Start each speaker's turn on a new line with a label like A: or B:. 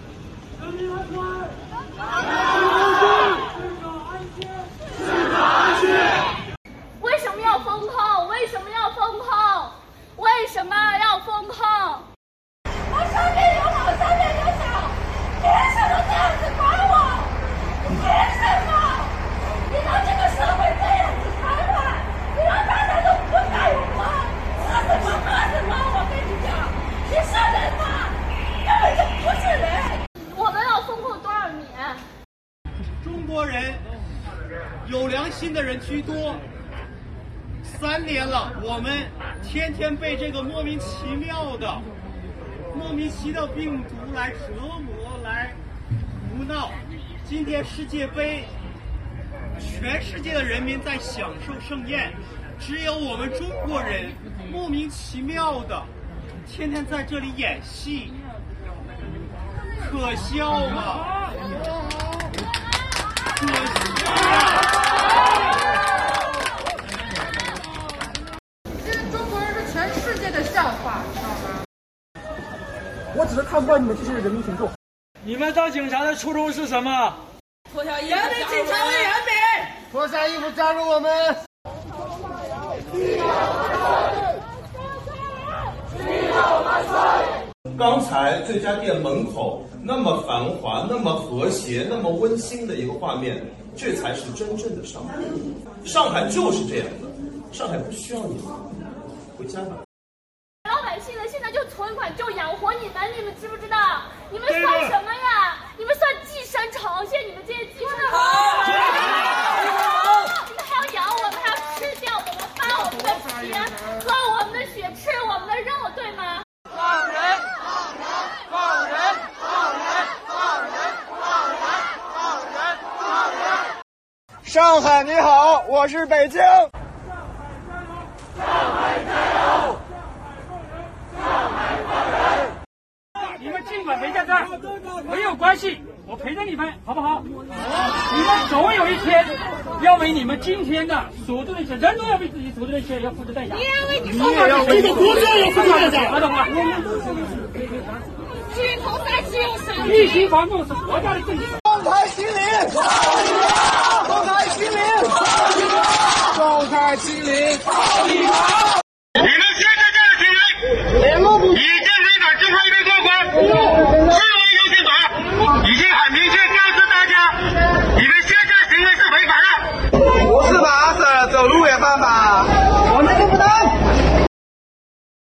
A: 人民安全，是否安全？
B: 为什么要封控？为什么要封控？为什么要封控？
C: 我上面有老，下面有小，凭什么这样子管我？凭什么？你让这个社会这样子残忍？你让大家都不待我们？吃什么喝什么？我跟你讲，你是人吗？根本就不是人。
B: 我们要封控多少年？
D: 中国人有良心的人居多。三年了，我们天天被这个莫名其妙的、莫名其妙的病毒来折磨、来胡闹。今天世界杯，全世界的人民在享受盛宴，只有我们中国人莫名其妙的，天天在这里演戏，可笑吗？可笑呀！
E: 这中国人是全世界的笑话，你知道吗？
F: 我只是看不惯你们这些人民群众。
A: 你们当警察的初衷是什么？
C: 人民警察为人民。
F: 脱下衣服加入我们。
G: 刚才这家店门口那么繁华、那么和谐、那么温馨的一个画面，这才是真正的上海。上海就是这样的，上海不需要你们，回家吧。
B: 老百姓呢，现在就存款就养活你们，你们知不知道？你们算什么呀？你们算寄生虫！谢谢你们这些寄生虫！你们还要养我们，还要吃掉我们，扒我们的皮，喝我们的血，吃我们的肉，对吗？
F: 上海你好，我是北京。
A: 你们尽管没在这儿，没有关系，我陪着你们，好不好？你们总有一天要为你们今天的所做的一切，人都要为自己所做的一切要付出代价。你也为你也要为这个国家要付出代价，懂吗？
C: 举头三尺有神
A: 疫情防控是国家的政策。
F: 上台清零！上台清零！上台清零！上台清零！